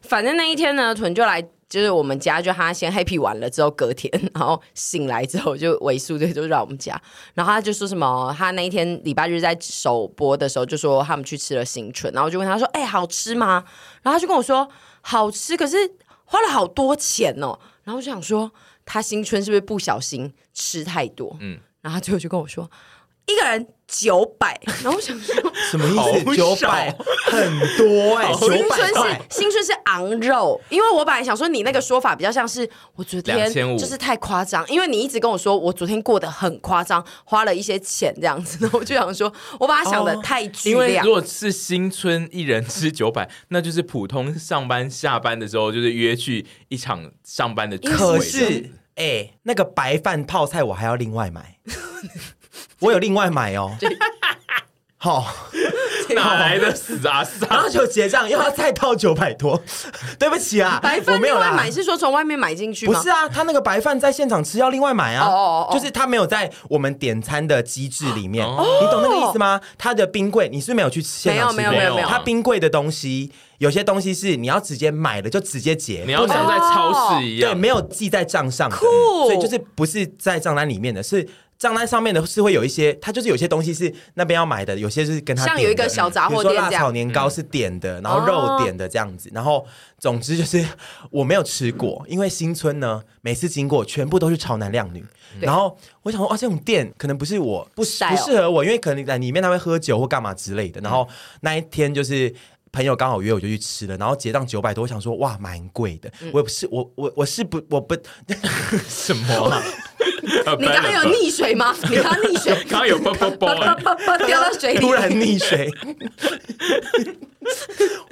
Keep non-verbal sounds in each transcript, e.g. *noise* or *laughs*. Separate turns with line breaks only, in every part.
反正那一天呢，纯就来。就是我们家，就他先 happy 完了之后，隔天然后醒来之后就尾数队就来我们家，然后他就说什么，他那一天礼拜日在首播的时候就说他们去吃了新春，然后我就问他说，哎、好吃吗？然后他就跟我说好吃，可是花了好多钱哦。然后我就想说，他新春是不是不小心吃太多？嗯，然后他最后就跟我说。一个人九百，然后我想说，
什么意
好
思？九
少
百很多哎、
好
9
新
九
春
百
是
块。
新春是昂肉，因为我本来想说你那个说法比较像是我昨天
2500
就是太夸张，因为你一直跟我说我昨天过得很夸张，花了一些钱这样子，然 *laughs* 后我就想说我把它想的
哦
太巨
因为
量
如。果是新春一人吃九百， *laughs* 那就是普通上班下班的时候，就是约去一场上班的聚会。
可是哎、那个白饭泡菜我还要另外买， *laughs* 我有另外
*laughs*
买哦。好，
哪来的死
*laughs*
啊傻？
然后就结账，又要再套九百多， *laughs* 对不起啊，
白
我
饭
没
另
有
外
啦。
买是说从外面买进去
不
吗
是？啊，他那个白饭在现场吃要另外买啊，
哦哦哦哦
就是他没有在我们点餐的机制里面，你懂那个意思吗？他的冰柜你是没有去现场吃
没
过
有没有没有没有
他冰柜的东西有些东西是你要直接买的就直接结，
你要
不能
像在超市一
对
样，
没有记在账上的，
Cool
所以就是不是在账单里面的，是账单上面的是会有一些，它就是有些东西是那边要买的，有些是跟他
像有一个小杂货店
比如说
这
辣
样嗯
炒年糕是点的，然后肉点的这样子，然后总之就是 *laughs* 我没有吃过，因为新村呢每次经过全部都是潮男靓女，然后我想说啊这种店可能不是我不适
Style
不适合我，因为可能在里面他会喝酒或干嘛之类的，然后那一天就是。朋友刚好约我就去吃了，然后结账九百多，我想说哇蛮贵的，我不是我我我是不我不
什么啊？ *laughs*
你刚刚有溺水吗？你刚刚溺
*laughs*
水，
刚刚有啵啵
*laughs*
啵
啪
欸，
啪啪掉到水里
突。然溺水。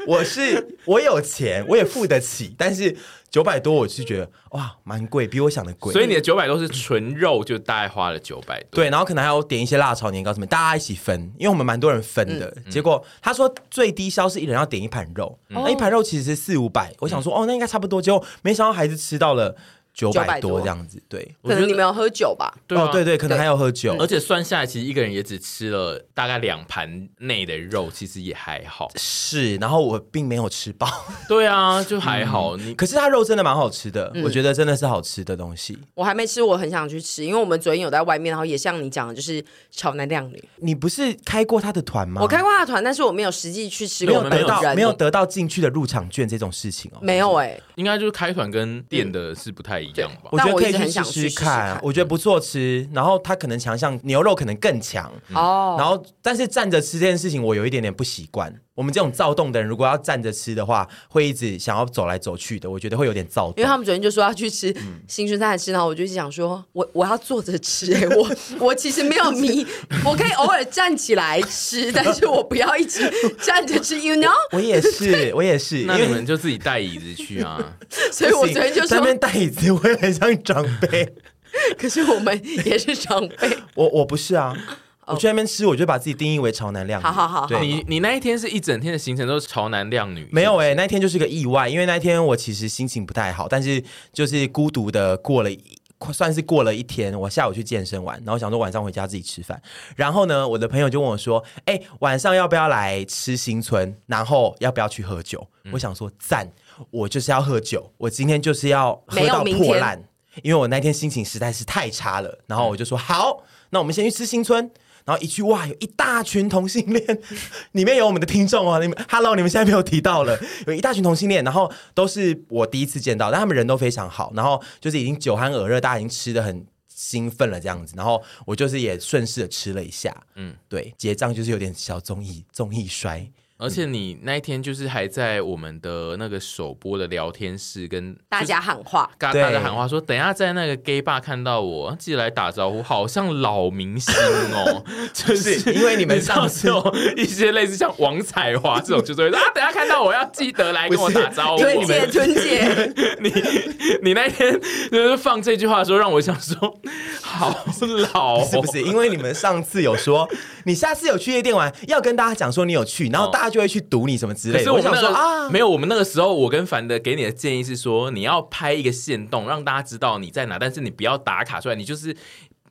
我是我有钱，我也付得起，但是九百多我是觉得哇蛮贵，比我想的贵。
所以你的九百都是纯肉，就大概花了九百多。
对，然后可能还有点一些辣炒年糕什么，大家一起分，因为我们蛮多人分的。结果他说最低消是一人要点一盘肉，那一盘肉其实是四五百，我想说哦那应该差不多，结果没想到还是吃到了九百
900
多
多
这样子。对，
我觉
可
得
能你没有喝酒吧？
对啊
哦对对，嗯可能还有喝酒，
而且算下来，其实一个人也只吃了大概两盘内的肉，其实也还
*laughs*
好。
是，然后我并没有吃饱， *laughs*
对啊，就还好。你
可是它肉真的蛮好吃的，我觉得真的是好吃的东西。
我还没吃，我很想去吃，因为我们昨天有在外面，然后也像你讲的，就是潮男靓女。
你不是开过他的团吗？
我开过他的团，但是我没有实际去吃
啊没
过
有
本
得
人，
到没有得到进去的入场券这种事情哦。
没有哎、
应该就是开团跟店的是不太一样吧？
我觉
但
得
我
可以
一直很
试
想去
试
试试
看
看，
我觉得不错吃。然后它可能强项牛肉可能更强，
哦，
然后但是站着吃这件事情我有一点点不习惯。我们这种躁动的人，如果要站着吃的话，会一直想要走来走去的，我觉得会有点躁
因为
动。
他们昨天就说要去吃
嗯
新春菜吃，然后我就一直想说，我我要坐着吃、 *laughs* 欸，我我其实没有迷，我可以偶尔站起来吃，但是我不要一直站着
*laughs*
吃，you know？
我也是，我也是，因
那你
为
们就自己带椅子去啊。
所以我昨天就
在那
说，
边带椅子，我也很像长辈。
可是我们也是长
*laughs*
辈，
我我不是啊，我去那边吃，我就把自己定义为潮男靓女。
哦好好好
*laughs* 对
你你那一天是一整天的行程都是潮男靓女，
没有哎、那一天就是个意外，因为那一天我其实心情不太好，但是就是孤独的过了一。算是过了一天，我下午去健身完，然后想说晚上回家自己吃饭。然后呢，我的朋友就问我说：“哎、晚上要不要来吃新村？然后要不要去喝酒？”我想说赞，我就是要喝酒，我今天就是要喝
没有
到
明
破
天
烂，因为我那天心情实在是太差了。然后我就说：“好，那我们先去吃新村。”然后一去哇，有一大群同性恋，里面有我们的听众哦。你们，Hello，你们现 *laughs* 在被我提到了，有一大群同性恋，然后都是我第一次见到，但他们人都非常好，然后就是已经酒酣耳热，大家已经吃的很兴奋了这样子，然后我就是也顺势的吃了一下，嗯，对，结账就是有点小综艺综艺衰，
而且你那一天就是还在我们的那个首播的聊天室跟
大家喊话。
嘎
对
大家喊话说，等一下在那个 gay bar 看到我，记得来打招呼，好像老明星
*laughs*
哦，就是
因为你们
知道
上
*laughs*
次
这种一些类似像王彩华这种，就是会说啊，等一下看到我要记得来跟我
不是
打招呼。
因为
吞
你哦
姐，
们 *laughs*
吞姐，
你你那天就是放这句话的时候，让我想说，好老、哦， *laughs*
是不是？因为你们上次有说，你下次有去夜店玩，要跟大家讲说你有去，然后大家就会去堵你什么之
哦可
类
是
的。
我
我
们
想
那
说
个
啊，
没有，我们那个时候我跟凡德给你的建议是说，你要拍一个线动，让大家知道你在哪，但是你不要打卡出来，你就是。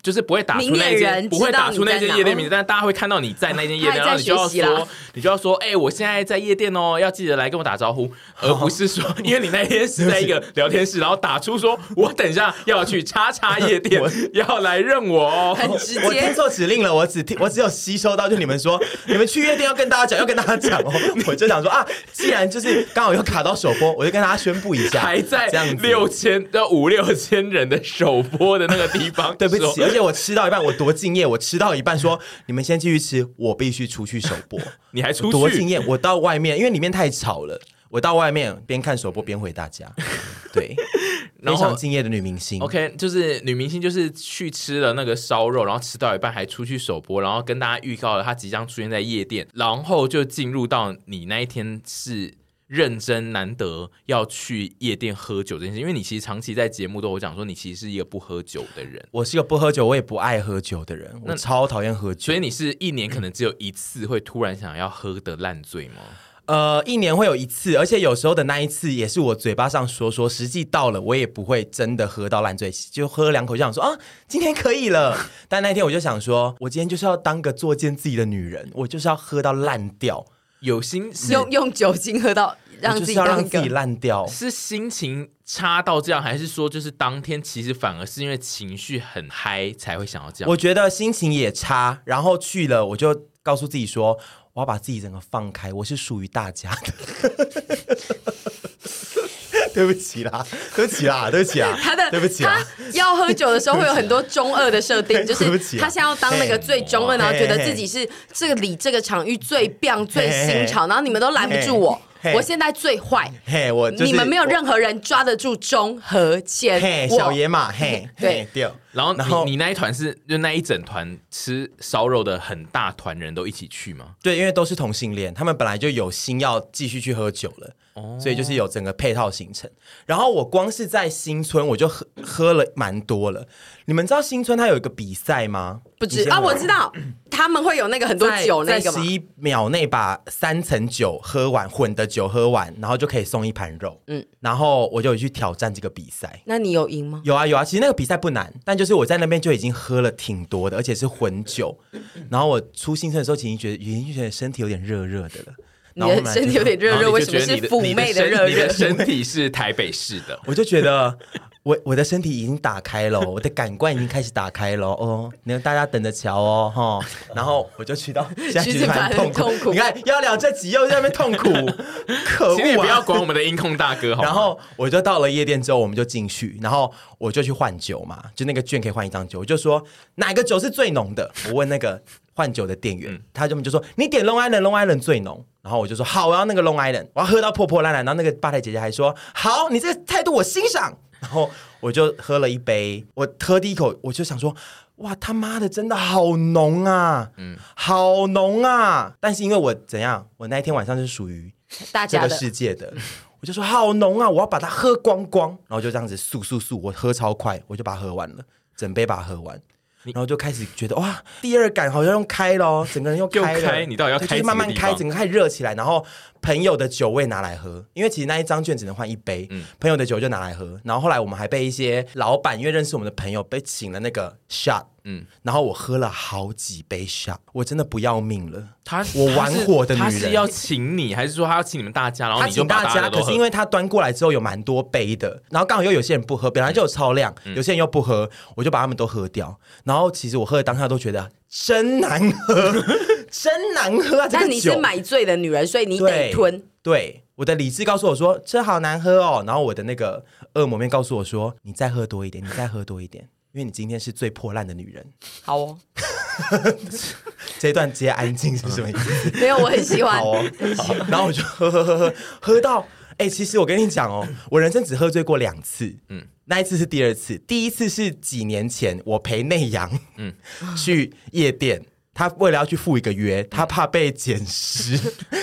就是不会打出
明
那
眼
间
人
不会
知道
打出
你
那
在
间
哪
夜店名字，但大家会看到你在那间夜
*laughs* 他
店，然
还
后
在
你就要
学习啦
说，你就要说，哎，我现在在夜店哦，要记得来跟我打招呼，而不是说， *laughs* 因为你那天是在一个聊天室，然后打出说我等一下要去叉叉夜
*laughs*
店，要来认我哦。
很直
我听
接。
错指令了，我只听我只有吸收到，就你们说你们去夜店要跟大家讲，要跟大家讲
*laughs*
哦。我就想说啊，既然就是刚好又卡到首播，我就跟大家宣布一下，
还在
这样子
六千到五六千人的首播的那个地方说，
*laughs* 对不起，而且我吃到一半，我多敬业，我吃到一半说你们先继续吃，我必须出去首播，
你还出
多
去，
敬业！我到外面，因为里面太吵了，我到外面边看首播边回大家，对，
然
非
后
常敬业的女明星。
OK，就是女明星就是去吃了那个烧肉，然后吃到一半还出去首播，然后跟大家预告了她即将出现在夜店，然后就进入到你那一天是。认真难得要去夜店喝酒这件事，因为你其实长期在节目都有讲说，你其实是一个不喝酒的人，
我是个不喝酒，我也不爱喝酒的人，我超讨厌喝酒。
所以你是一年可能只有一次会突然想要喝得烂醉吗？
呃，一年会有一次，而且有时候的那一次也是我嘴巴上说说，实际到了我也不会真的喝到烂醉，就喝两口就想说啊，今天可以了。但那天我就想说，我今天就是要当个作践自己的女人，我就是要喝到烂掉，
有心是
用用酒精喝到让
我
自
就是
己
要让
当
自己
个
烂掉。
是心情差到这样，还是说就是当天其实反而是因为情绪很嗨才会想要这样？
我觉得心情也差，然后去了我就告诉自己说，我要把自己整个放开，我是属于大家的。 *laughs* 对不起啦，对不起啦，对不起啦，
*laughs* 他的
对不起啊啦
他。要喝酒的时候会有很多中二的设定，就
*laughs* 对不
是
起啊
他现在要当那个最中二，
嘿
然后觉得自己是这个里这个场域最棒、最新潮，然后你们都拦不住我
嘿嘿，
我现在最坏，
嘿我就是
你们没有任何人抓得住中和
嘿
谦，
小
我
野马嘿
对
嘿掉，
然后你
然后
你那一团是就那一整团吃烧肉的很大团人都一起去吗？
对，因为都是同性恋，他们本来就有心要继续去喝酒了，
哦
所以就是有整个配套行程。然后我光是在新村我就喝喝了蛮多了。你们知道新村它有一个比赛吗？
不
你
知
先
啊，
问
我知道他们会有那个很多
在
酒那个
在
嘛
十，一秒内把三层酒喝完，混的酒喝完，然后就可以送一盘肉。嗯，然后我就有去挑战这个比赛。
那你有赢吗？
有啊有啊，其实那个比赛不难，但就是我在那边就已经喝了挺多的，而且是混酒。然后我出新村的时候，其实觉得已经觉得身体有点热热的了。
你
然后后
的
来
身体有点热
然
热，
后
为
你
什
就
么
觉得
是
你的
妩媚的热
你的
热？
身你的身体是台北市的
*laughs* ，我就觉得我我的身体已经打开了，我的感官已经开始打开了哦，你们大家等着瞧哦哈。然后我就去到现在
徐
其
子
实蛮
凡
痛
很
苦，
痛苦
你看要聊这集又在那边痛 *laughs* 苦，可恶、啊！
请你不要管我们的音控大哥好吗？
然后我就到了夜店之后，我们就进去，然后我就去换酒嘛，就那个券可以换一张酒，我就说哪个酒是最浓的？我问那个 *laughs* 换酒的店员，
嗯
他就就说你点 Long Island，Long Island 最浓。然后我就说好，我要那个 Long Island，我要喝到破破烂烂。然后那个吧台姐姐还说好，你这个态度我欣赏。然后我就喝了一杯，我喝第一口我就想说。哇他妈的，真的好浓啊，嗯，好浓啊！但是因为我怎样，我那一天晚上是属于
*laughs* 大
这
家
个
的
世界的。我就说好浓啊，我要把它喝光光，然后就这样子速速速，我喝超快，我就把它喝完了，整杯把它喝完，然后就开始觉得哇，第二感好像又开了哦，整个人又开了。
又开你到底要
对
开
就是慢慢
几个地
开，
方
整个开始热起来，然后朋友的酒我也拿来喝，因为其实那一张券只能换一杯，
嗯
朋友的酒就拿来喝。然后后来我们还被一些老板，因为认识我们的朋友，被请了那个 shot，嗯，然后我喝了好几杯 shot，我真的不要命了。
他
我玩火的女人
他是他是要请你，还是说他要请你们大家，然后
他
哦你就
请
把
大家，
都
可
喝
是因为他端过来之后有蛮多杯的，然后刚好又有些人不喝，本来就有超量，
嗯
有些人又不喝，我就把他们都喝掉。然后其实我喝的当下都觉得真难喝， *laughs* 真难喝啊！这
但
个
你是
酒，
买醉的女人，所以你
对
得吞。
对，我的理智告诉我说这好难喝哦，然后我的那个恶魔面告诉我说你再喝多一点，你再喝多一点。因为你今天是最破烂的女人，
好哦，
这一段直接安静是什么意思？
没有，我很喜欢
好。哦，
*laughs*
好然后我就喝喝喝喝喝到，哎、其实我跟你讲哦，我人生只喝醉过两次，嗯，那一次是第二次，第一次是几年前我陪内阳，嗯，去夜店。他为了要去赴一个约，他怕被捡尸，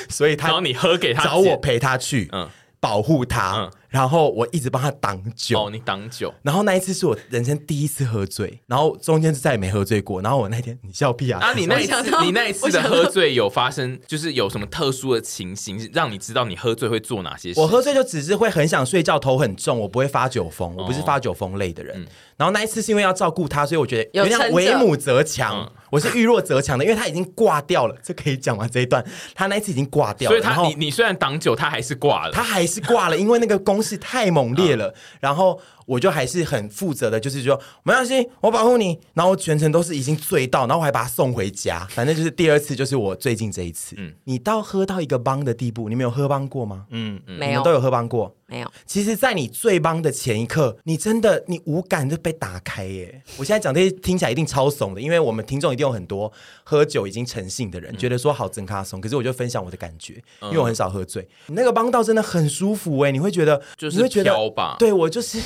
所以他
嗯
*laughs*
然后你喝给他
找
捡
我陪他去。
嗯
保护他，
嗯
然后我一直帮他挡酒。
哦，你挡酒，
然后那一次是我人生第一次喝醉，然后中间就再也没喝醉过。然后我那天你笑屁啊！
啊，你那一
我
次
想到
你那一次
我
的
想到
喝醉有发生，就是有什么特殊的情形，让你知道你喝醉会做哪些事？
我喝醉就只是会很想睡觉，头很重，我不会发酒疯，我不是发酒疯类的人。然后那一次是因为要照顾他，所以我觉得有
有
点像
撑着
为母则强，
嗯
*laughs* 我是遇弱则强的，因为他已经挂掉了，这可以讲完这一段。他那一次已经挂掉了，
所以
然
他
后
你你虽然挡酒，他还是挂了。
*laughs* 他还是挂了，因为那个攻势太猛烈了。然后我就还是很负责的，就是说没关系，我保护你。然后全程都是已经醉到，然后我还把他送回家。反正就是第二次，就是我最近这一次。嗯，你到喝到一个帮的地步，你们有喝帮过吗？嗯，
没
你们都
有
有喝帮过。
没有，
其实，在你最帮的前一刻，你真的你无感就被打开耶！我现在讲这些听起来一定超怂的，因为我们听众一定有很多喝酒已经成性的人，觉得说好真咖怂。可是我就分享我的感觉，
嗯
因为我很少喝醉，你那个帮到真的很舒服哎，你会觉得
就是
你会觉得
飘吧
对我就是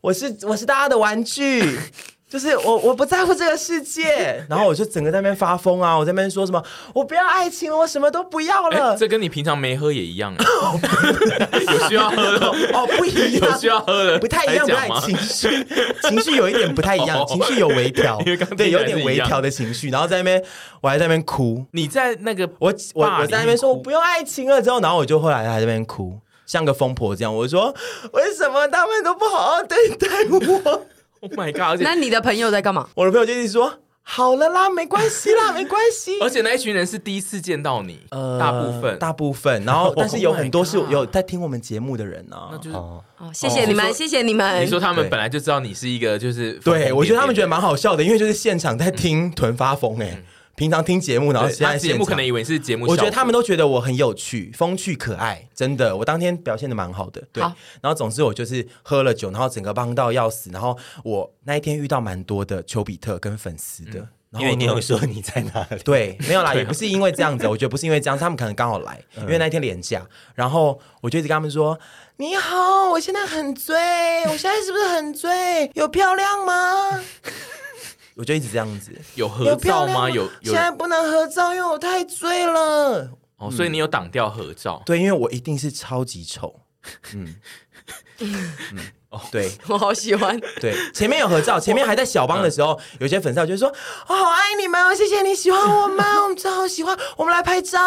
我是我是大家的玩具。
*laughs*
就是我，我不在乎这个世界，然后我就整个在那边发疯啊！我在那边说什么，我不要爱情了，我什么都不要了
哎，。这跟你平常没喝也一样啊， *laughs* 有需要喝的，
*laughs* 哦，不一样，
有需要 *laughs* 喝的，
不太一样，不太
讲吗？
情绪，情绪有一点不太一样
*laughs* 哦，
情绪有微调
因为刚，刚
对，
听起
有
来是
点微
一样
调的情绪，然后在那边，我还在那边哭，
你在那个
我我
爸
我在那边说
你
我不用爱情了之后，然后我就后来还在那边哭，像个疯婆这样，我就说为什么他们都不好好对待
*laughs*
我？
，Oh my god！而且
*laughs*
那你的朋友在干嘛？
我的朋友就一直说好了啦，没关系
*laughs*
啦，没关系。
而且那一群人是第一次见到你，
呃
大部分
大部分，然
*laughs*
后但是有
Oh my
很多是
God
有在听我们节目的人呢、啊，
那就是
哦
哦，谢谢你
哦
们，
你说
谢谢你们。
你说他们
对
本来就知道你是一个就是疯疯癫癫的
对，
人，
我觉得他们觉得蛮好笑的，因为就是现场在听屯发疯哎、平常听节目，然后
嗯对，
现
他
在
节
现
目
场
可能以为是节目效果，
我觉得他们都觉得我很有趣、风趣、可爱，真的，我当天表现的蛮好的。对，
好
然后总之我就是喝了酒，然后整个帮到要死，然后我那一天遇到蛮多的丘比特跟粉丝的，然后
嗯因为你
我就
有说你在哪里，
对，没
*laughs*
有啦，也不是因为这样子，我觉得不是因为这样，他们可能刚好来，
嗯
因为那天廉价，然后我就一直跟他们说：“你好，我现在很醉，我现在是不是很醉？有漂亮
*laughs*
吗？”我就一直这样子，
有合照吗？
有
有
漂亮啊
有
现在不能合照，因为我太醉了。
哦，所以你有挡掉合照，
对，因为我一定是超级
*laughs*
丑。嗯，
哦
嗯，对
*laughs* 我好喜欢，
对，前面有
*laughs*
合照，前面还在小帮的时
嗯
候，有些粉丝就说：“我好爱你们，哦，谢谢你喜欢我们，
*laughs*
我们真的好喜欢，我们来拍照。”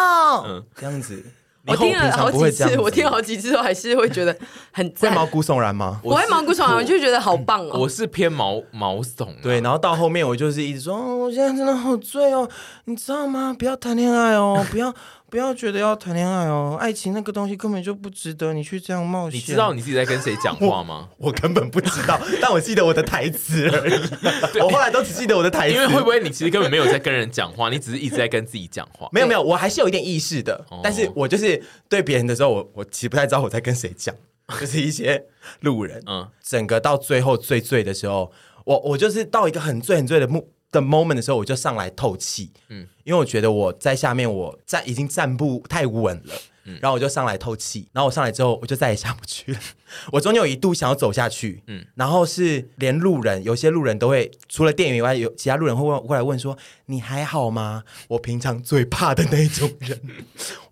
嗯
嗯，
这样子，
我听了好几次，我听了
了
好几次，我还是会觉得很
会
赞。
毛骨悚然吗？
我会毛骨悚然，我啊就觉得好棒哦
我。是偏毛毛悚啊，
对，然后到后面我就是一直说，哦我现在真的好醉哦，你知道吗？不要谈恋爱 *laughs* 哦，不要不要觉得要谈恋爱哦，爱情那个东西根本就不值得你去这样冒险。
你知道你自己在跟谁讲话吗？
我根本不知 *laughs* 道，但我记得我的台词而已。我后来都只记得我的台词，
因为会不会你其实根本没有在跟人讲话，你只是一直在跟自己讲话？
没有没有，我还是有一点意识的，但是我就是对别人的时候，我我其实不太知道我在跟谁 *laughs* 讲，就是一些路人。嗯
嗯，
整个到最后最醉的时候，我我就是到一个很醉很醉的 mo 的 moment 的时候，我就上来透气。嗯，因为我觉得我在下面我站已经站不太稳了。然后我就上来透气，然后我上来之后我就再也下不去了。 *laughs* 我中间有一度想要走下去，嗯，然后是连路人，有些路人都会除了店员以外，有其他路人会问过来问说：“你还好吗？”我平常最怕的那一种人，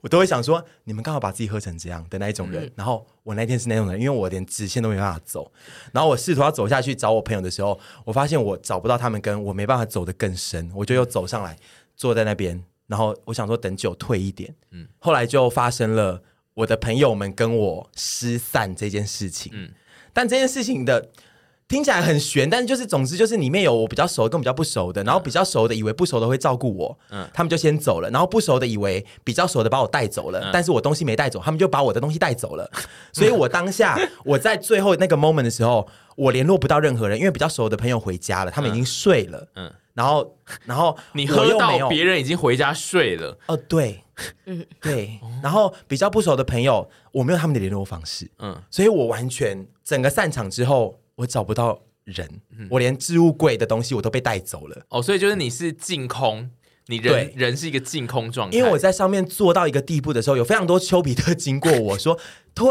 我都会想说：“你们刚好把自己喝成这样的那一种人。然后我那天是那种人，因为我连直线都没办法走。然后我试图要走下去找我朋友的时候，我发现我找不到他们根，我没办法走得更深，我就又走上来，坐在那边。然后我想说等酒退一点，嗯，后来就发生了我的朋友们跟我失散这件事情，嗯，但这件事情的听起来很悬，但就是总之就是里面有我比较熟的跟我比较不熟的，然后比较熟的以为不熟的会照顾我，嗯，他们就先走了，然后不熟的以为比较熟的把我带走了，
嗯
但是我东西没带走，他们就把我的东西带走了，所以我当下我在最后那个 moment 的时候，我联络不到任何人，因为比较熟的朋友回家了，他们已经睡了，嗯。
嗯
然后，然后
你
我
喝
又没
到
有
别人已经回家睡了，
哦，对，嗯，对。然后比较不熟的朋友，我没有他们的联络方式，嗯
嗯，
所以我完全整个散场之后，我找不到人，我连置物柜的东西我都被带走了。
哦，所以就是你是净空，你人
对
人是一个净空状态，
因为我在上面做到一个地步的时候，有非常多丘比特经过我说：“臀，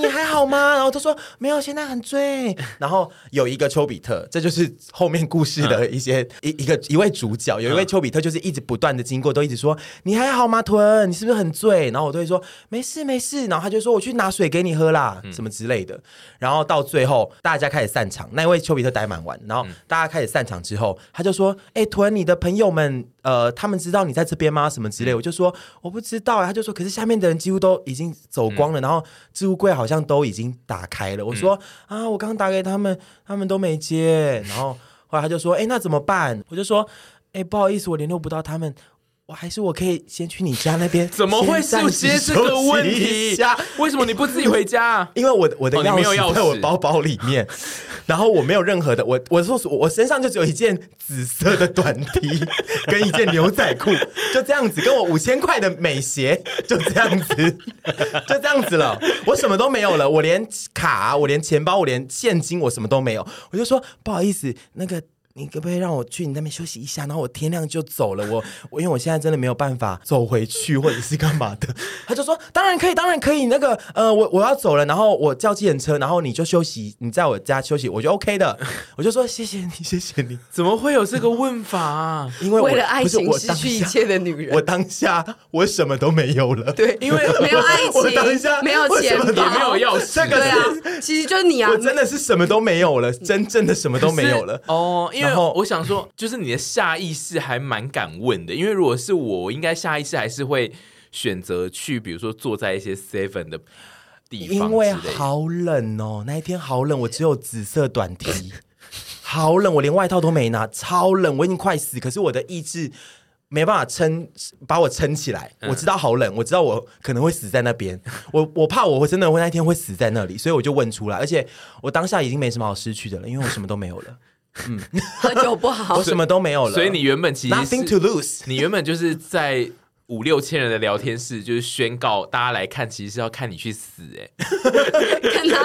你还好吗？”然后他说：“没有，现在很醉。”然后有一个丘比特，这就是后面故事
嗯
的一些、一一个一位主角，有一位丘比特就是一直不断的经过，都一直说：“你还好吗，臀？你是不是很醉？”然后我都会说：“没事，没事。”然后他就说：“我去拿水给你喝啦，
嗯
什么之类的。”然后到最后大家开始散场，那一位丘比特待蛮晚，然
嗯
后大家开始散场之后，他就说：“哎、臀，你的朋友们。”呃，他们知道你在这边吗？什么之类，我就说我不知道啊。他就说，可是下面的人几乎都已经走光了，
嗯
然后置物柜好像都已经打开了。我说、
嗯
啊，我刚打给他们，他们都没接。然后后来他就说，哎、那怎么办？我就说，哎、不好意思，我联络不到他们。我还是我可以先去你家那
*laughs*
边，
怎么会是接这个问题？为什么你不自己回家啊？
因为我的我的
哦你
钥
没有钥匙
匙在我包包里面， *laughs* 然后我没有任何的，我我说我身上就只有一件紫色的短 T *laughs* 跟一件牛仔裤，就这样子，跟我五千块的美鞋就这样子， *laughs* 就这样子了，我什么都没有了，我连卡，啊我连钱包，我连现金，我什么都没有，我就说不好意思，那个。你可不可以让我去你那边休息一下？然后我天亮就走了。我 *laughs* 我因为我现在真的没有办法走回去或者是干嘛
*laughs*
的。他就说当然可以，当然可以。那个呃，我我要走了，然后我叫计程车，然后你就休息，你在我家休息，我就 OK 的。我就说谢谢你，谢谢你，
怎么会有这个问法
*laughs*
啊？
因为我
为了爱
不是
情
我
失
当
去一
下
切的女人，
我当下我什么都没有了。
对，因为 *laughs* 没有爱
我当下
情，没有
为什
钱
么都
包，
没有钥匙
啊这个
对
是
啊，其实就是你啊
我，真的是什么都没有了，真正的什么都没有了
可。是哦，因为
然后
我想说，就是你的下意识还蛮敢问的，因为如果是我，我应该下意识还是会选择去，比如说坐在一些 seven 的地方
因为
之类的
好冷哦，那一天好冷，我只有紫色短
*laughs*
T，好冷，我连外套都没拿，超冷，我已经快死，可是我的意志。没办法撑，把我撑起来。
嗯
我知道好冷，我知道我可能会死在那
*laughs*
边，我我怕我会真的会那天会死在那里，所以我就问出来。而且我当下已经没什么好失去的了，因为我什么都没有了，
喝酒不好
*laughs* 我，什么都没有了。
哦所以你原本其实
nothing to
是
lose，
你原本就是在。五六千人的聊天室，就是宣告大家来看，其实是要看你去死、
*laughs*
哎，
看他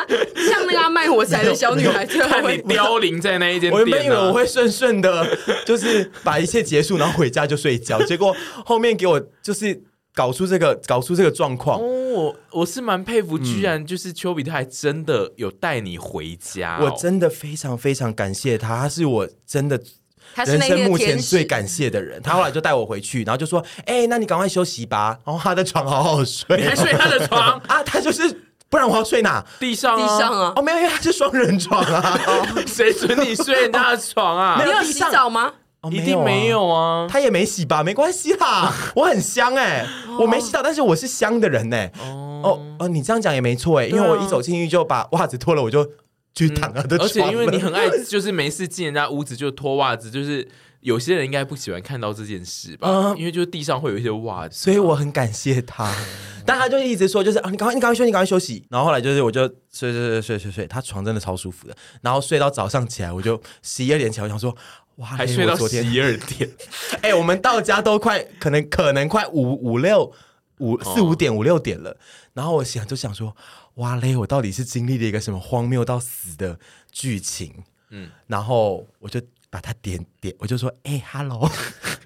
像那个要卖火柴的小女孩，最后
看你
会
凋零在那一间
我原
店、啊。
本以为我会顺顺的，就是把一切结束，然后回家就睡觉。结果后面给我就是搞出这个搞出这个状况，
哦，我是蛮佩服，居然就是丘比特还真的有带你回家、哦
嗯我，真的非常非常感谢他，他是我真的
他是
人
那
生
天
目
的
前
天
最
使。
感谢的人。他后来就带我回去，然后就说：“哎、那你赶快休息吧。”然后他的床好好
*laughs*
你还睡
睡
哎他的床
啊，他就是不然我要睡哪？
*laughs* 地上、
地上啊，
哦，没有，因为他是双人床啊，
谁准你睡人家的床啊？
*laughs* 没
你有
地
洗
上
澡吗？
哦
一定没。
啊
有啊！
他也没洗吧，没关系啦，我很香哎、我没洗澡，但是我是香的人呢、哦哦，你这样讲也没错哎、因为我一走进去就把袜子脱了，我就去躺他的
啊嗯而
床、
且因为你，很爱，就是没事进人家屋子就脱袜子，就是有些人应该不喜欢看到这件事吧？
嗯
因为就是地上会有一些袜子。
所以我很感谢他。
嗯
但他就一直说，就是啊，你赶快，你赶快休息，你赶快休息。然后后来就是，我就睡睡睡睡睡睡，他床真的超舒服的。然后睡到早上起来，我就十一二点起来，我想说，哇，
还睡
哎我
到
昨
十
天
一二
*laughs*
点，
哎、我们到家都快，可能可能快五五六五
哦
四五点五六点了。然后我想就想说，哇嘞，我到底是经历了一个什么荒谬到死的剧情？嗯，然后我就把他点点，我就说，哎、h e l l *laughs* o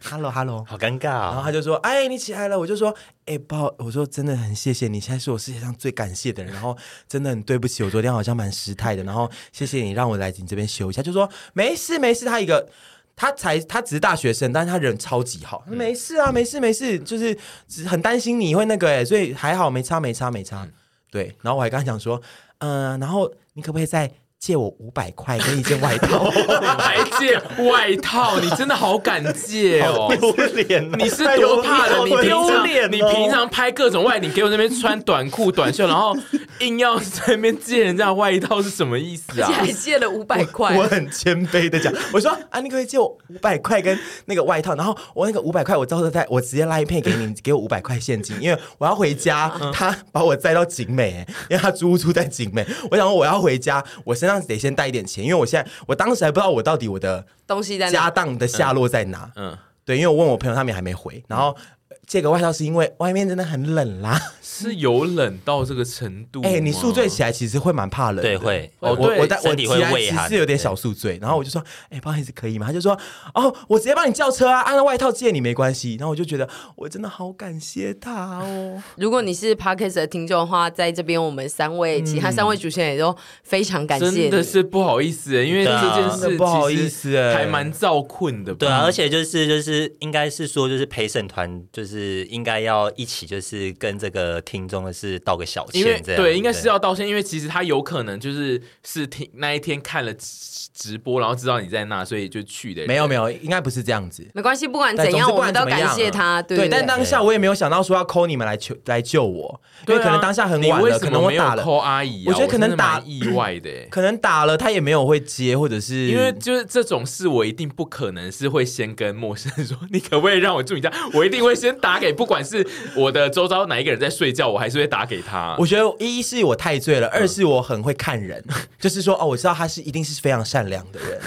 h e l l o h e l l o
好尴
然后
尬、哦。
他就说：“哎，你起来了。”我就说：“哎，不好，我说真的很谢谢你，现在是我世界上最感谢的人。然后真的很对不起，我昨天好像蛮失态的。然后谢谢你让我来你这边休一下。”就说：“没事没事。”他一个。他才他只是大学生，但是他人超级好，
嗯
没事啊，没事没事，就是只很担心你会那个哎、所以还好没差没差没差。
嗯
对，然后我还跟他讲说，嗯、然后你可不可以再借我五百块跟一件外套？
还借外套，你真的好敢借 *laughs* 哦！
*laughs*
丢脸
啊
哦、
你是多怕的？
哎呦
你
好
平
丢
常
脸哦、
你平常拍各种外，你给我那边穿短裤、短袖，然后硬要在那边借人家外套，是什么意思
而
啊
且？还借了五百块
我，很谦卑
*laughs*
的讲，我说啊，你可不可以借我五百块跟那个外套，然后我那个五百块我到时候再，我直接拉一片给
*laughs*
你，你给我五百块现金，因为我要回家。
嗯
他把我载到景美、欸因为他租屋住在景美，我想说我要回家，我身上得先带一点钱，因为我现在我当时还不知道我到底我的
东西在
家
哪？
当的下落在哪。
嗯，
对，因为我问我朋友，他们也还没回，然后。呃借个外套是因为外面真的很冷啦。
是有冷到这个程度吗？
哎、你宿醉起来其实会蛮怕冷的，
对会
我
对
我我在我
身体会
起来
畏
其
寒
实有点小宿醉，然后我就说，哎、不好意思，可以吗？他就说，哦，我直接帮你叫车啊，按照外套借你没关系。然后我就觉得，我真的好感谢他哦。
如果你是 Podcast 的听众的话，在这边我们三位其他三位主持人也都非常感谢你，
真的是不好意思欸，因为这
对啊
件事
真
其
的
实
不好意思欸
还蛮遭困的吧。
对啊，而且就是就是应该是说就是陪审团就是应该要一起就是跟这个听众是道个小
因为
歉这样，
对，应该是要道歉，因为其实他有可能就是是听那一天看了直直播，然后知道你在那，所以就去的。
没有没有，应该不是这样子。
没关系，不管
但
怎样，
哎总之不
我
管
们都
怎么样啊
感谢他，对
对，
不对
但当下我也没有想到说要 call 你们来救来救我，因
对啊，
为可能当下很
你
晚
为
了，
什么
可能我
没有
打了，
call 阿姨啊、
我觉得可能
真的蛮
打
意外的欸、
可能打了他也没有会接，或者是
因为就是这种事，我一定不可能是会先跟陌生人说，你可不可以让我住你家？我一定会先打给，不管是我的周遭哪一个人在睡觉，我还是会打给他。
我觉得一是我太醉了，
嗯
二是我很会看人， *laughs* 就是说哦，我知道他是一定是非常善良的
*laughs*
人，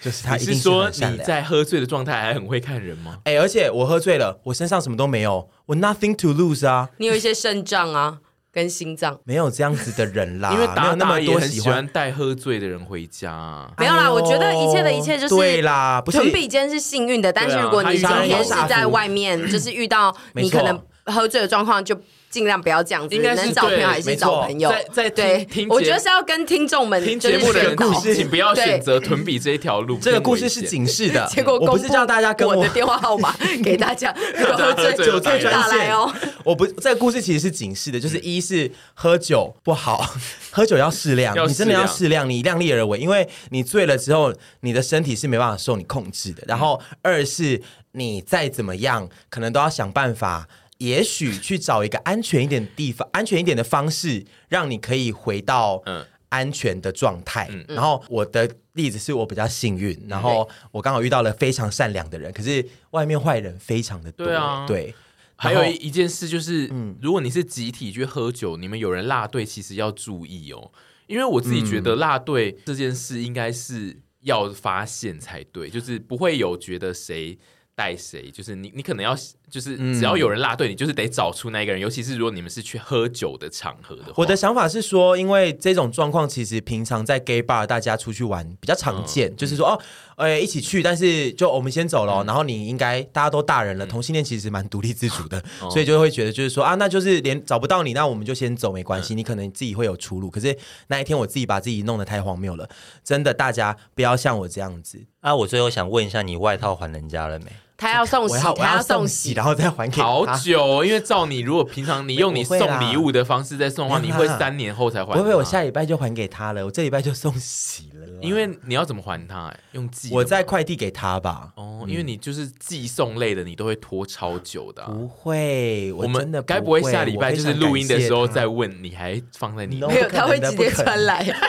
就是他
你
一
是
定
说
很善
你
良。
在喝醉的状态还很会看人吗？
哎、而且我喝醉了，我身上什么都没有，我 nothing to lose 啊，
你有一些肾脏啊跟心脏。
没有这样子的人啦，
*laughs* 因为
没
达
有那
达
么
也
多
很
喜哎
喜欢。带喝醉的人回家、啊。
没有啦，我觉得一切的一切就是
对啦，不是
臀比肩是幸运的，但是如果你今
他遇到
天
了
是在外面，就是遇到你
没错
可能喝醉的状况，就尽量不要这样子，
应该是
能找朋友还是找朋友
对没错在在。听
对
听节，目
我觉得是要跟听众们
听
就
节
是
目的人
宣导
故事
请不要
对
选择臀比这一条路。
这个故事
偏
是
危险
警示的，
*laughs* 结果
我
公
不
布
是叫大家跟
我
我
的电话号码给大家，如果喝醉
酒
*laughs*
醉专
打来哦。
*laughs* 我不，这个故事其实是警示的，
嗯
就是一是喝酒不好， *laughs* 喝酒要适量
要，
你真的要
适
适量，你量力而为，因为你醉了之后，你的身体是没办法受你控制
嗯
的。然后二是你再怎么样，可能都要想办法。也许去找一个安全一点的地方，安全一点的方式，让你可以回到
嗯
安全的状态。然后我的例子是我比较幸运，然后
嗯
我刚好遇到了非常善良的人，可是外面坏人非常的多。
对啊
对
还
然
有
后嗯
一一件事就是，如果你是集体去喝酒，你们有人落队，其实要注意哦，因为我自己觉
嗯
得落队这件事应该是要发现才对，就是不会有觉得谁。带谁？就是你，你可能要，就是
嗯
只要有人落队，你就是得找出那一个人。尤其是如果你们是去喝酒的场合的话，
我的想法是说，因为这种状况其实平常在 gay bar 大家出去玩比较常
嗯
见，就是说哦，呃、一起去，但是就我们先走了哦、然后你应该大家都大人了，
嗯
同性恋其实蛮独立自主的，
哦
所以就会觉得就是说啊，那就是连找不到你，那我们就先走没关
嗯
系，你可能自己会有出路。可是那一天我自己把自己弄得太荒谬了，真的大家不要像我这样子，
啊。我最后想问一下，你外套还人家了没？
他要送
我
喜
要，我
他
要
送
送
喜
洗，，然后再还给
好
他。
久哦，因为照你，如果平常你用你
我会
送
啦
礼物的方式在送的话，
没
你
有啦
会三年后才还啊
不
他。
会不会，我下礼拜就还给他了，我这礼拜就送洗了啦。
因为你要怎么还他、哎用寄的吗？
我再快递给他吧。
哦，因为你就是寄送类的，你都会拖超久的啊、
不会，
我
真
们
的
该
不
不会下礼拜就是录音的时候再
我
问，你还放在你？
No *laughs*
没有，
不可
他会
能的
直接
*laughs* 不可能
穿来。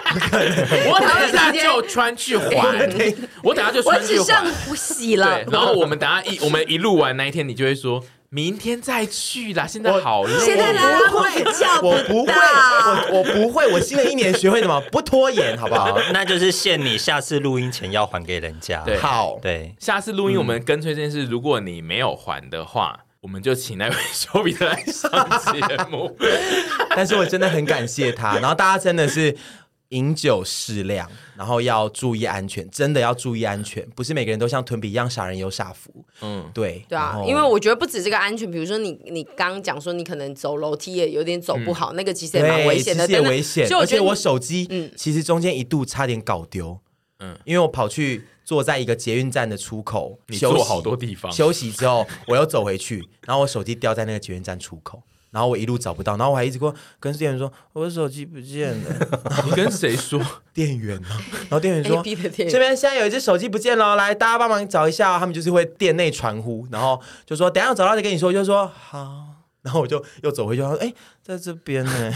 我等一
*laughs*
下
他会直接
就穿去还，我等一下
*laughs*
就
我
穿去
只上
还。
喜了
对，，然后我们等一下一我们一录完那一天，你就会说明天再去啦，现在好累。
*laughs* 现在
呢
大家会叫
非常感谢他我不会，
到。
我我不会，我新的一年学会什么？ *laughs* 不拖延，好不好
好？，那就是限你下次录音前要还给人家。
对
好，
对，
下次录音我
嗯
们跟催这件事，如果你没有还的话， *laughs* 我们就请那位丘比特来上节
*laughs*
目。
但是我真的很感谢他。然后大家真的是饮酒适量，然后要注意安全，真的要注意安全，不是每个人都像屯比一样傻人有傻福。
嗯，
对，
对啊
然，后
因为我觉得不止这个安全，比如说你你刚刚讲说你可能走楼梯也有点走不好，那个其实也蛮
嗯对
危险的，
其实
真
也
的
危险。
所以我
而
觉
且
得
我
你
手机，
嗯
其实中间一度差点搞丢，
嗯嗯
嗯，因为我跑去坐在一个捷运站的出口
你
休
坐
息，
好多地方
休息之后，我又走回去， *laughs* 然后我手机掉在那个捷运站出口。然后我一路找不到，然后我还一直跟跟店员说我的手机不见
*laughs*
了，
*laughs* 你跟谁说？
店员呢？然后店员
A
说
P 的电
这
影，
边现在有一只手机不见了，来大家帮忙找一下哦、他们就是会店内传呼，然后就说等一下我找到再跟你说，就说好。然后我就又走回去，他说：“哎、在这边呢。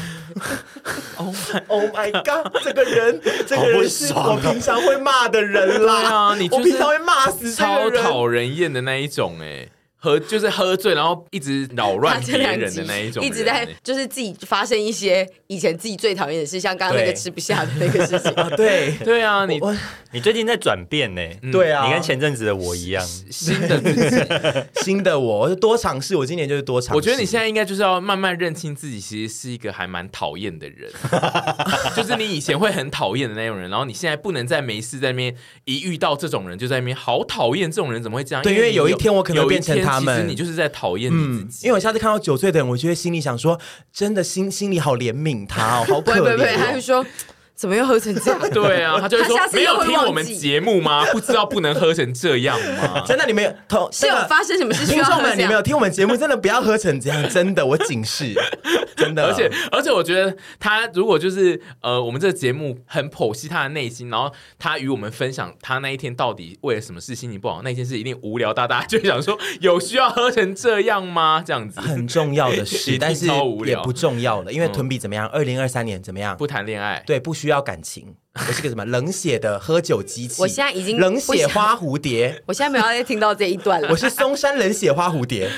”Oh *laughs* my Oh my god！这个人，这个人是
好
我
不爽啊
平常会骂的人啦。
对啊你就是
*laughs* 我平常会骂死这
超
个人。
讨人厌的那一种哎、喝就是喝醉，然后一直扰
他
乱
这
别
两
人
集
的那一种人，
一直在就是自己发生一些以前自己最讨厌的事，像刚刚那个
对
吃不下的那个事
*laughs*
情。
对
对啊，
*laughs*
你
我
你最近在转变呢、
嗯
对啊，
嗯你跟前阵子的我一样，
新的自己，
新的我，我就多尝试，我今年就是多尝试。
我觉得你现在应该就是要慢慢认清自己，其实是一个还蛮讨厌的
*laughs*
人，就是你以前会很讨厌的那种人，然后你现在不能再没事在那边一遇到这种人就在那边好讨厌这种人怎么会这样？
对
你
因为有一天我可能
有一
变成
天
他们
其实你就是在讨厌你自
嗯，
己。
因为我下次看到酒醉的人，我就会心里想说，真的心心里好怜悯他
*laughs*
哦，好
不
可
会
怜、
不会不
哦。
会，他就说怎么又喝成这
*laughs*
样？
对啊，他就会说
他下次
没
又会
有听我们
忘记
节目吗？不知道不能喝成这样吗？
真的，你们有同
是有
那个
发生什么事需
听
要
众
喝
们，
这
你们有
样？
听我们节目，真的不要喝成这样，真的，我
*laughs*
警示，真的。
而且而且，我觉得他如果就是呃，我们这个节目很剖析他的内心，然后他与我们分享他那一天到底为了什么事心情不好，那件事一定无聊到大家就会想说，有需要喝成这样吗？这样子
很重要的
*laughs*
一
事，
定
但是
超无
也
聊
不重要了，因
嗯
为屯比怎么样？二零二三年怎么样？
不谈恋爱，
对，不需要感情，我是个什么冷血的喝酒机
*laughs*
器。
我现在已经
冷
不
血
想
花蝴蝶，
我现在没有再听到这一段了
我。是松山冷血花蝴蝶。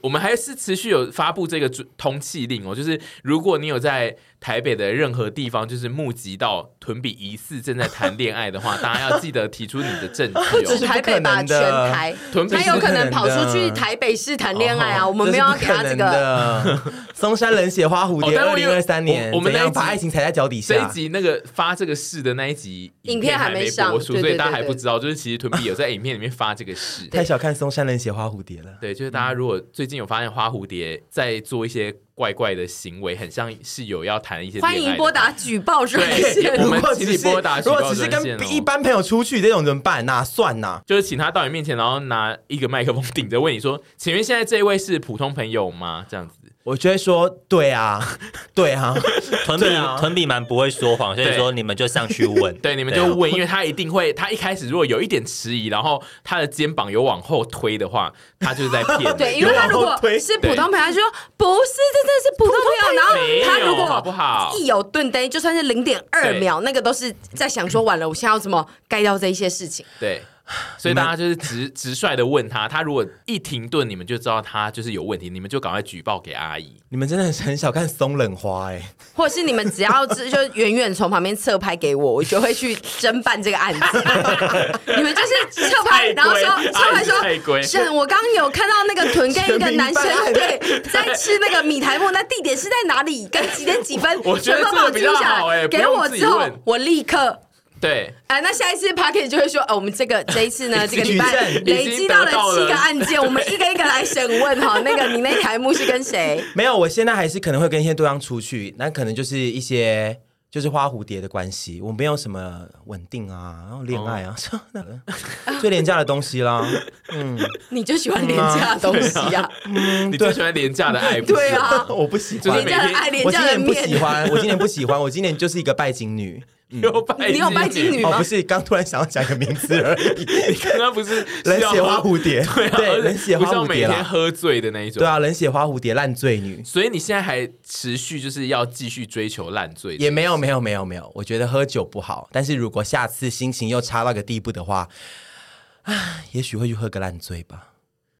我们还是持续有发布这个主通气令哦，就是如果你有在台北的任何地方，就是目击到屯比疑似正在谈恋爱的话，大家要记得提出你的证据
*laughs* 这是
哦。
台北吧，
这
全
是不可能的
台
屯，北
他
是
有可能跑
不可能
出
的哦
去台北市谈恋爱啊！我们没有要给他这个，
个松山冷血花蝴蝶。
*laughs* 哦但
二
我以
零
为
二三年，
我我们那一
怎样
集
把爱情踩在脚底下。
这一集那个发这个事的那一集
影片
还
还没
没
上
播出，
对对
所以大家
对
还
对
不知道，就是其实屯比有在影片里面发这个事。
太小看松山冷血花蝴蝶了。
对，就是大家如果最近有发现花蝴蝶在做一些怪怪的行为，很像是有要谈一些
欢
恋爱
迎
的
拨打举报专
对
线
*laughs* 我。们
如果只
请你
是
拨打举
如
报
果只是
专线哦
跟一般朋友出去这种怎么办？哪算呐？
就是请他到你面前，然后拿一个麦克风顶着问你说：“请问现在这一位是普通朋友吗？”这样子，
我就会说，对啊， *laughs* 对啊，
屯比
对啊
屯比蛮不会说谎，所以
对
说你们就上去问，
*laughs* 对，你们
啊
就问，因为他一定会，他一开始如果有一点迟疑，然后他的肩膀有往后推的话，他就是在骗你。
*laughs* *laughs* 对，因为他如果是普通朋友，他就说不是，这真的是普通朋友。然后
没有
他如
好不好
果一有顿呆，就算是零点二
对
秒，那个都是在想
*laughs*
说完了，我现在要怎么盖掉这一些事情。
*sighs* 对，所以大家就是直直率的问他，他如果一停顿，你们就知道他就是有问题，你们就赶快举报给阿姨。
你们真的很小看松冷花哎、
或者是你们只要是 *laughs* 就远远从旁边侧拍给我，我就会去侦办这个案子。
*laughs*
你们就是侧拍，然后说
太乖
侧拍
阿姨太
说，
乖
沈，我刚刚有看到那个臀跟一个男生
全民办案
对在吃那个米苔木，那地点是在哪里？跟几点几分？
*laughs* 我觉得
全部帮
这个比
记
较
录下来
好哎不
给
用
我
自己
之后
问，
我立刻。
对，
哎，那下一次 p a c k e t 就会说，呃，我们这个这一次
*laughs*
呢，这个礼拜
举证
累积到了
已经得到了
七个案件，我们一个一个来审问哈。那个你那台木是跟谁？
没有，我现在还是可能会跟一些对象出去，那可能就是一些就是花蝴蝶的关系，我没有什么稳定啊，然后恋爱啊，
哦
*laughs* 最廉价的东
*laughs*
西啦。
你就喜欢廉价的东西啊？
你最喜欢廉价的 *laughs* 爱，不是
对啊
吗
我不喜
就是
欢
廉
每，
价的爱，廉
我
价
今
的
年不
面
喜。欢，我今年不喜欢，我今年就是一个拜金女。
嗯有拜
你有拜金女
*laughs*
哦，
吗
不是，刚突然想要讲一个名字而已。
刚刚不是
冷血花
蝴
蝴蝶，
对啊而
对，
且
冷血花
不是要
蝴
每
蝶
天
啦，
喝醉的那一种。
对啊，冷血花蝴蝶烂醉女。
所以你现在还持续就是要继续追求烂醉，
也没有没有没有没有，我觉得喝酒不好，但是如果下次心情又差到个地步的话，唉，也许会去喝个烂醉吧。